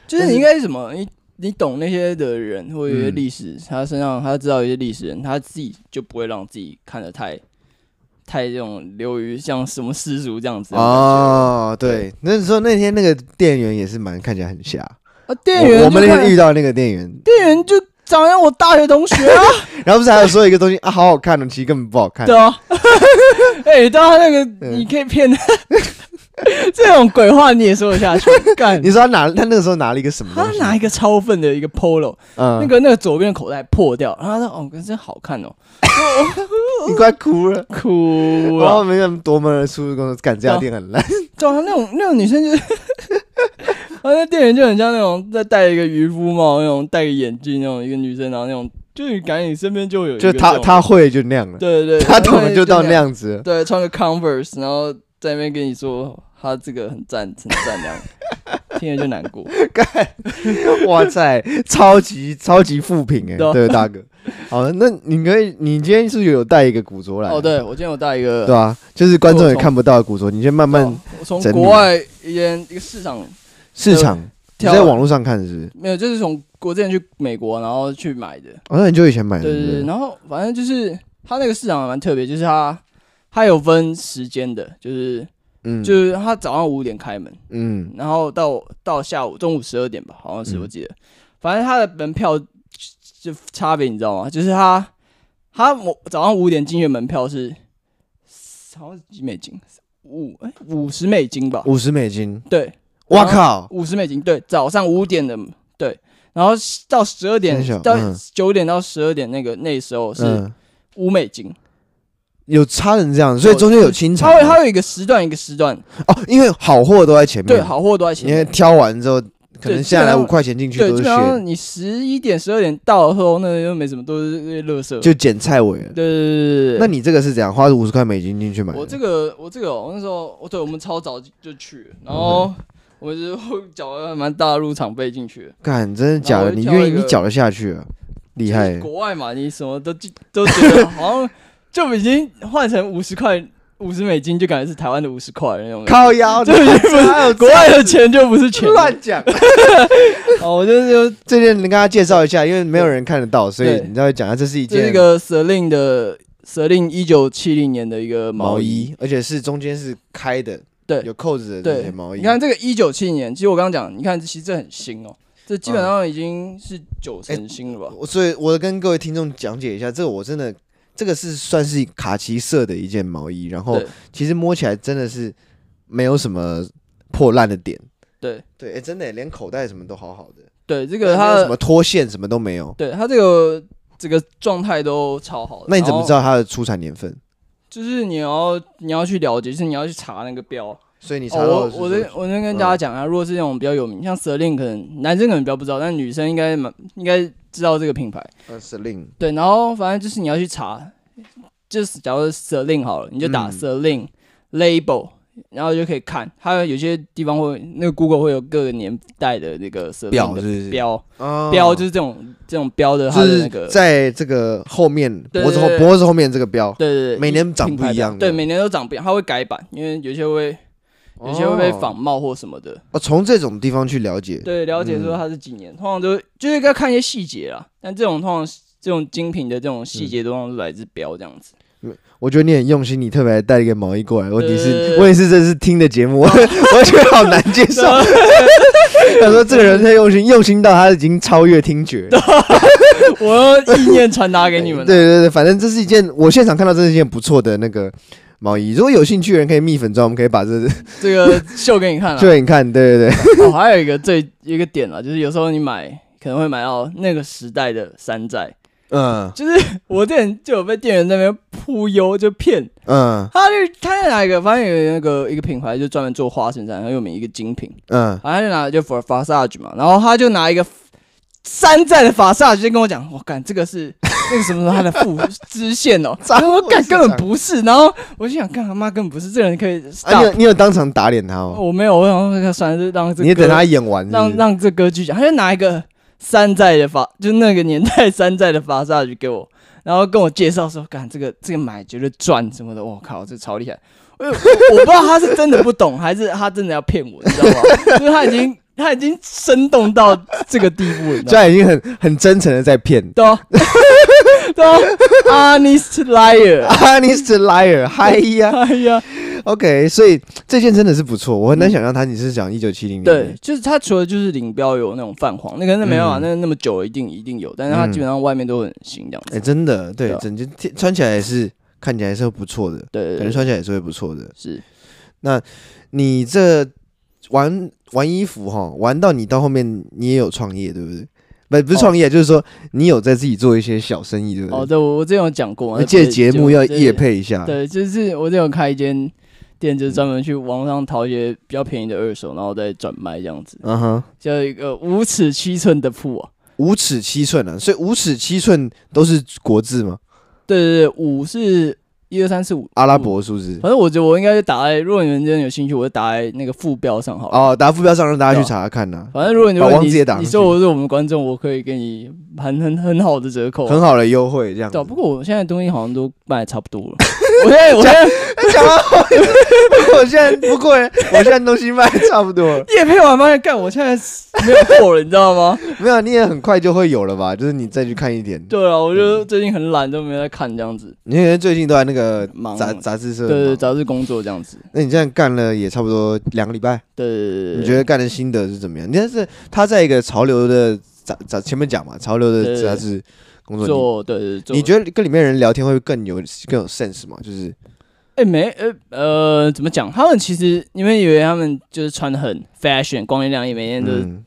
就是但你是应该是什么？你你懂那些的人，或者有些嗯历史，他身上他知道一些历史人，他自己就不会让自己看得太太这种流于像什么世俗这样子的感觉哦，对，那时候那天那个店员也是蛮看起来很瞎。啊，店员我我们就那看天遇到那个店员，店员就长得像我大学同学啊，然后不是还有说一个东西啊，好好看哦，其实根本不好看。对啊， 哎，当他那个嗯你可以骗他， 这种鬼话你也说得下去？ 干你，说他拿他那个时候拿了一个什么他东西？拿一个超笨的一个 polo，嗯，那个那个左边的口袋破掉，然后他说：“哦，真好看哦，你快哭了。哭然后了。没人夺门而出，跟我干这家店很烂。”对啊，那种那种女生就是， 然后那店员就很像那种在戴一个渔夫帽，那种戴个眼镜那种一个女生，然后那种就是感觉你身边就有一就个他这种他会就那样了，对对对，他然后懂了就到那，样子了。对，穿个 Converse，然后在那边跟你说他这个很赞很赞这样，听了就难过。哇塞，超级超级富评哎，对啊对大哥。好，那你可以，你今天是不是有带一个古着来？啊哦，，对，我今天有带一个，对啊，就是观众也看不到的古着，你先慢慢哦我从啊整理国外一间一个市场市场，你挑在网络上看是不是？没有，就是从国之前去美国，然后去买的。好像很久以前买的，对对是对，不是然后反正就是它那个市场还蛮特别，就是它它有分时间的，就是嗯，就是它早上五点开门，嗯然后到到下午中午十二点吧，好像是嗯我记得。反正它的门票就就差别你知道吗？就是它它我早上五点进去的门票是好像是几美金，五哎五十美金吧？五十哦美金，对，哇靠，五十美金，对，早上五点的，对，然后到十二点三小到嗯九点到十二点那个那时候是嗯，五美金，有差成这样，所以中间有清场它会它有一个时段一个时段，哦，因为好货都在前面，对，好货都在嗯前因为面，挑完之后，可能对下来基本上五块钱进去对，都基是本血，上你十一点十二点到了后，那又没什么，都是那些垃圾，对就捡菜尾了。对对对那对对。你这个是怎样？花五十块美金进去买的？我这个我这个哦、我那时候我对我们超早就就去了，嗯然后我就 缴了蛮大的入场费进去了，干，真的假的？然后我就你挑了愿意？一个你缴得下去啊？厉害就是欸！国外嘛，你什么都记都觉得好像就已经换成五十块、五十美金，就感觉是台湾的五十块那种感觉。 靠腰，就已经不是国外的钱就不 是钱乱 讲。哦，我就是就这件跟大家介绍一下，因为没有人看得到，所以对你稍微讲一啊下，这是一这是件一个 Celine 的 Celine 一九七零年的一个毛衣。衣，而且是中间是开的，对有扣子的这对件，毛衣。你看，这个一九七零年，其实我刚刚讲，你看其实这很新哦，这基本啊上已经是九成新了吧？我所以，我跟各位听众讲解一下，这个我真的，这个是算是卡其色的一件毛衣，然后对其实摸起来真的是没有什么破烂的点。对对，哎、真的连口袋什么都好好的，对，这个没有它什么的脱线什么都没有。对它这个这个状态都超好的。那你怎么知道？道它的出产年份？就是你要你要去了解，就是你要去查那个标，所以你查到哦的，是嗯我我说这我先跟大家讲啊，如果是那种比较有名，像 Celine 可能男生可能比较不知道，但女生应该蛮应该知道这个品牌。呃，Celine，对，然后反正就是你要去查，就是假如 Celine 好了，你就打嗯 Celine、label，然后就可以看，它有些地方会那个 Google 会有各个年代的那个 Celine 表的是不是标哦标就是这种这种标的它就的那是个，在这个后面对脖子后对对脖子后面这个标，对对对，每年长不一样品牌标的对，每年都长不一样，它会改版，因为有些会有些会被仿冒或什么的。哦。从这种地方去了解，对，了解嗯说它是几年，通常都就是要看一些细节啦。但这种通常这种精品的这种嗯细节，通常是来自标这样子。 我觉得你很用心，你特别还带了一个毛衣过来。问题对对是，对我也是这是听的 节目，我我觉得好难接受。 他说这个人太用心，用心到他已经超越听觉。我要意念传达给你对们。对对，反正这是一件我现场看到这是一件不错的那个毛衣。如果有兴趣的人可以蜜粉装，我们可以把 这这个秀给你看了。对，你看，对对对，哦，还有一个最一个点啦，就是有时候你买可能会买到那个时代的山寨。嗯我之前就有被店员那边忽悠就骗，嗯他就他在哪一个，反正有那个一个品牌就专门做花衬衫，很有名一个精品，嗯，然后他就拿就 for Fasage 嘛，然后他就拿一个山寨的 Fasage 就跟我讲，我干这个是 那个什么什么他的副支线 哦，咋然后我会干是根这样本不是，然后我就想干他妈根本不是，这个人可以啊，你 stop，、有你有当场打脸他哦，我没有，我想说算了，就让这你也等歌他演完是不是让让这歌剧讲，他就拿一个山寨的法，就那个年代山寨的 Fasage 给我，然后跟我介绍说，干这个这个买绝对赚什么的，我靠，这超厉害。我我我不知道他是真的不懂，还是他真的要骗我，你知道吗？就是他已经他已经生动到这个地步了，你知虽 道吗？然已经很很真诚的在骗。 对啊，对啊，honest liar，啊，你是 liar，嗨呀哎呀， ，OK，所以这件真的是不错，我很难想象他你是讲一九七零年的，嗯对，就是他除了就是领标有那种泛黄，那个那没办法，嗯那那么久一定一定有，但是他基本上外面都很新这样哎、子。真的，对，对啊整件贴穿起来也是看起来是不错的，对对感对觉穿起来也是会不错的。是你这玩玩衣服哈，玩到你到后面你也有创业，对不对？不不是哦创业，就是说你有在自己做一些小生意，对不对？哦，对，我我之前有讲过嘛，那那借不是节目要就是夜配一啊嗯下，对，就是我之前有开一间店，就是专门去网上淘一些比较便宜的二手，然后再转卖这样子，嗯哼，叫一个五尺七寸的铺啊。五尺七寸啊，所以五尺七寸都是国字吗？对对对，五是一二三四五，阿拉伯数字。反正我觉得我应该就打在，如果你们真的有兴趣，我就打在那个副标上好了。哦，打副标上让大家去查看呐、反正如果你把问网址也打你，上你去说我是我们观众，我可以给你很很很好的折扣啊、很好的优惠这样子对啊、。不过我现在东西好像都卖得差不多 了。我现在我现在讲完后面，不过我现在不过我现在东西卖得差不多了，叶配完发现，干，我现在没有货了，你知道吗？没有，你也很快就会有了吧？就是你再去看一点，对啊，我就最近很懒，都没有在看这样子。你可能最近都在那个忙啊杂杂志社对忙，对，杂志工作这样子。那你这样干了也差不多两个礼拜，对对对你觉得干的心得是怎么样？你看是他在一个潮流的杂杂前面讲嘛，潮流对的对杂志工对作，做对对你做。你觉得跟里面人聊天会更有更有 sense 吗？就是哎、没呃呃，怎么讲？他们其实你们以为他们就是穿的很 fashion，光鲜亮丽，每天都是嗯，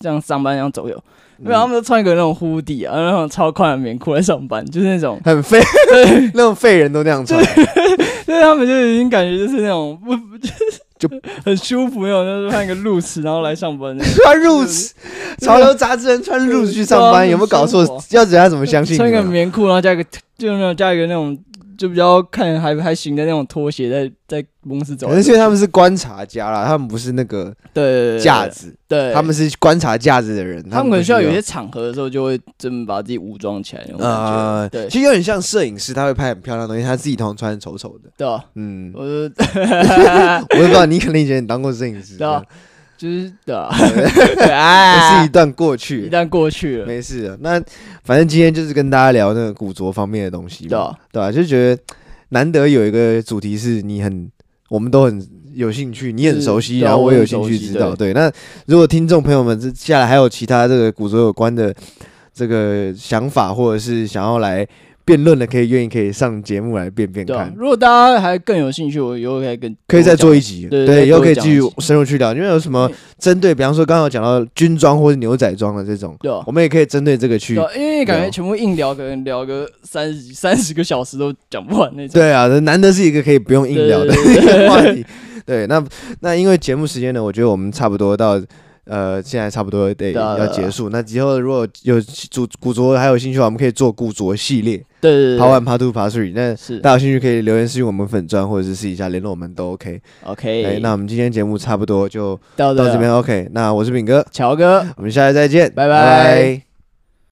这样上班这样走游。没有，他嗯们都穿一个那种 hoodie 啊，那种超宽的棉裤来上班，就是 那种，很废，那种废人都那样穿，就是他们就已经感觉就是那种不不就是就很舒服那种，就是穿一个 loose 然后来上班那种。穿 roots，潮流杂志人穿 roots 去上班，有没有搞错对啊？要人家怎么相信穿一你个啊？棉裤，然后加一个就那种加一个那种就比较看还还行的那种拖鞋在，在公司走可来能是走去。因为他们是观察家啦，他们不是那个对对对架，子，对，他们是观察架子的人，他们可不能需要有些场合的时候，就会真把自己武装起来那种感觉。呃，对其实有点像摄影师，他会拍很漂亮的东西，他自己通常穿得丑丑的。对啊， 嗯，我就我也不知道，你可能以前也当过摄影师，对啊这就是 对啊，是哎一，段过一去，旦过去了，没事的。那反正今天就是跟大家聊那个古着方面的东西嘛，对啊对吧？就觉得难得有一个主题是你很，我们都很有兴趣，你很是熟悉，对啊然后我我有很兴熟趣悉知道。对，那如果听众朋友们这下来还有其他这个古着有关的这个想法，或者是想要来辩论的，可以愿意可以上节目来辩辩对啊看。。如果大家还更有兴趣，我以后可以跟可以再做一集。集，对对，再以后多可以继讲续一集嗯深入去聊，因为有什么针对，比方说刚刚有讲到军装或者牛仔装的这种，对啊我们也可以针对这个去对啊，因为感聊觉全部硬聊，可能聊个三十三十个小时都讲不完那种。对啊，难得是一个可以不用硬聊的对对一个话题。对，那那因为节目时间呢，我觉得我们差不多到呃，现在差不多得对啊要结束。那之后如果有古古着还有兴趣的话，我们可以做古着系列对对对， ，Part One、Part Two、Part Three。那是大家有兴趣可以留言私信我们粉钻，或者是私底下联络我们都 OK。哎， OK，那我们今天节目差不多就到到这了边 OK。那我是炳哥，乔哥。我们下次再见，拜拜拜